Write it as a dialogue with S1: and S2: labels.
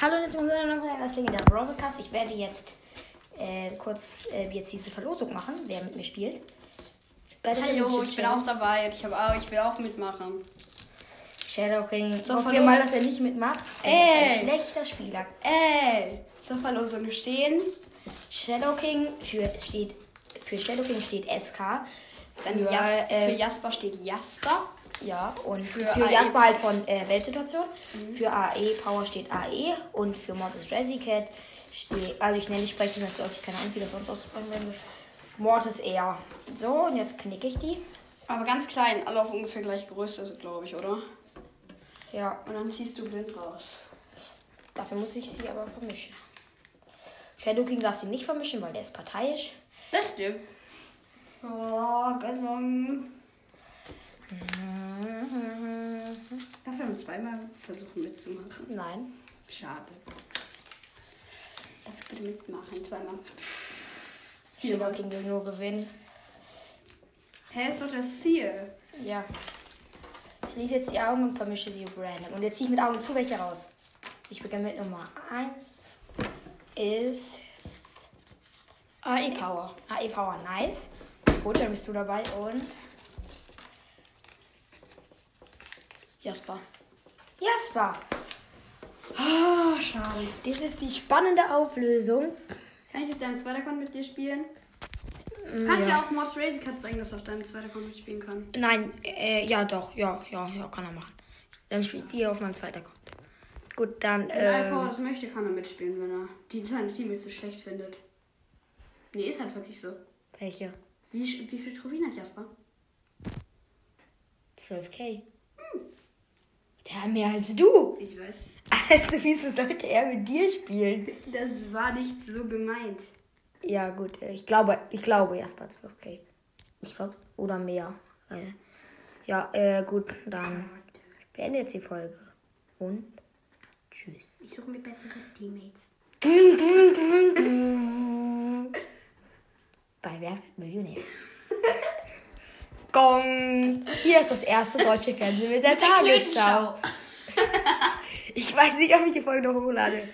S1: Hallo und jetzt kommen wir noch einer Slinge der Broadcast. Ich werde jetzt äh, kurz äh, jetzt diese Verlosung machen, wer mit mir spielt. Bei der
S2: Hallo,
S1: Championship
S2: ich bin auch dabei. Ich, hab auch, ich will auch mitmachen.
S1: Shadowking.
S2: Zur
S1: Hoffen wir mal,
S2: Verlosung.
S1: dass er nicht mitmacht.
S2: Ey.
S1: Er ist ein schlechter Spieler.
S2: Ey, zur Verlosung gestehen.
S1: Shadowking für, steht, für Shadowking steht SK.
S2: Dann
S1: für,
S2: Jas
S1: äh,
S2: für Jasper steht Jasper.
S1: Ja, und für, Mhm.
S2: Für
S1: für
S2: AE.
S1: Jasper halt von äh, Weltsituation. Für AE Power steht AE und für Mord ist Jazzy Cat steht. Also ich nenne nicht sprechen, das aus, ich keine Ahnung, wie das sonst ausgesprochen werden soll. Mord ist er. So, und jetzt knicke ich die.
S2: Aber ganz klein, alle auf ungefähr gleiche Größe, glaube ich, oder?
S1: Ja,
S2: Und dann ziehst du blind raus.
S1: dafür muss ich sie aber vermischen. Shadow King darf sie nicht vermischen, weil der ist parteiisch.
S2: Das stimmt. Oh, gewonnen. Darf er nur zweimal versuchen mitzumachen?
S1: Nein.
S2: Schade. Darf ich bitte mitmachen? Zweimal. Vier
S1: Shadow King will nur gewinnen.
S2: Hä, ist doch das Ziel.
S1: Ja. Ich schließe jetzt die Augen und vermische sie random. Und jetzt ziehe ich mit Augen zu welche raus. Ich beginne mit Nummer 1. Ist
S2: AE E Power.
S1: AE Power. Nice. Gut, dann bist du dabei. Und
S2: Jasper.
S1: Jasper.
S2: Oh, schade.
S1: Das ist die spannende Auflösung.
S2: Kann ich auf deinem zweiten Account mit dir spielen? Kannst Mm, ja, auch Mods Razy Cat sagen, dass du auf deinem zweiten Account mitspielen kann.
S1: Nein, äh, ja doch. Ja, ja, ja, kann er machen. Dann spielt ihr auf meinem zweiten Account. Gut, dann,
S2: Wenn ähm.
S1: ähm,
S2: das möchte, kann er mitspielen, wenn er die seine Teammates so schlecht findet. Nee, ist halt wirklich so.
S1: welche?
S2: Wie, sch- wie viel Trophäen hat Jasper?
S1: 12k. Der hat mehr als du.
S2: Ich weiß.
S1: Also, wieso sollte er mit dir spielen?
S2: Das war nicht so gemeint.
S1: Ja, gut. äh, Ich glaube, ich glaube Jasper 12k. Ich glaube, oder mehr. Äh, Ja, äh, gut,
S2: Oh,
S1: dann beende jetzt die Folge. Und tschüss.
S2: Ich suche mir bessere Teammates.
S1: Bei Wer wird Millionär? Gong! Hier ist das erste deutsche Fernsehen mit der Tagesschau. Ich weiß nicht, ob ich die Folge noch hochlade.